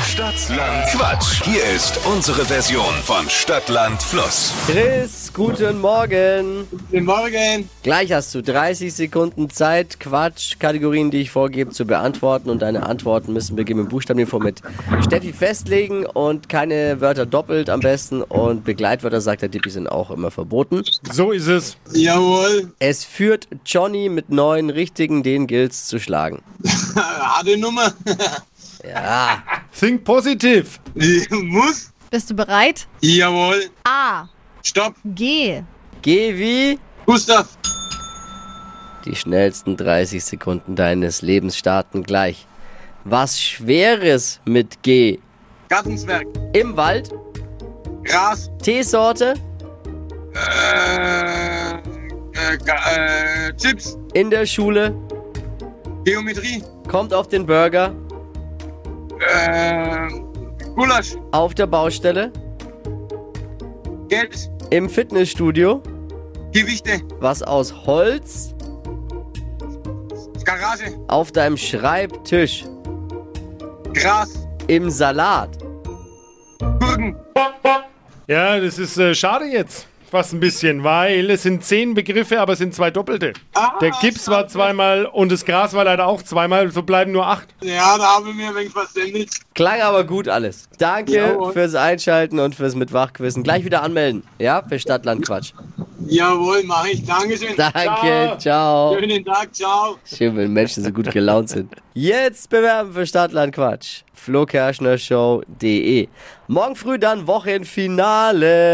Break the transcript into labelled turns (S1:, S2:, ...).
S1: Stadtland Quatsch. Hier ist unsere Version von Stadtland Fluss.
S2: Chris, guten Morgen.
S3: Guten Morgen.
S2: Gleich hast du 30 Sekunden Zeit, Quatsch, Kategorien, die ich vorgebe, zu beantworten. Und deine Antworten müssen wir mit Buchstaben den vor mit Steffi festlegen und keine Wörter doppelt am besten. Und Begleitwörter, sagt der Dippi, sind auch immer verboten.
S4: So ist es.
S3: Jawohl.
S2: Es führt Johnny mit neun richtigen, den gilt's zu schlagen.
S3: Harte Nummer.
S2: Ja,
S4: Think positiv.
S3: Muss.
S5: Bist du bereit?
S3: Jawohl.
S5: A.
S3: Stopp.
S5: G.
S2: geh wie
S3: Gustav.
S2: die schnellsten 30 Sekunden deines Lebens starten gleich. Was Schweres mit G
S3: Gartenzwerg.
S2: im Wald,
S3: Gras.
S2: Teesorte,
S3: Äh, äh, Ga- äh, Chips.
S2: in der Schule,
S3: Geometrie.
S2: kommt auf den Burger,
S3: Äh, Gulasch.
S2: auf der Baustelle,
S3: Geld.
S2: im Fitnessstudio,
S3: Gewichte.
S2: was aus Holz,
S3: Garage.
S2: auf deinem Schreibtisch,
S3: Gras.
S2: im Salat.
S3: Gurken.
S4: Ja, das ist äh, schade jetzt. Fast ein bisschen, weil es sind zehn Begriffe, aber es sind zwei doppelte.
S3: Ah,
S4: Der Gips war zweimal und das Gras war leider auch zweimal, so bleiben nur acht.
S3: Ja, da haben wir mir ein wenig verständigt.
S2: Klang aber gut alles. Danke
S3: Jawohl.
S2: fürs Einschalten und fürs Mitwachquissen. Gleich wieder anmelden, ja, für Stadtland Quatsch.
S3: Jawohl, mach ich. Dankeschön.
S2: Danke, ciao.
S3: Schönen Tag. Ciao.
S2: Schön, wenn Menschen so gut gelaunt sind. Jetzt bewerben für Stadtland E. Quatsch. flokerschnershow.de Morgen früh dann Wochenfinale.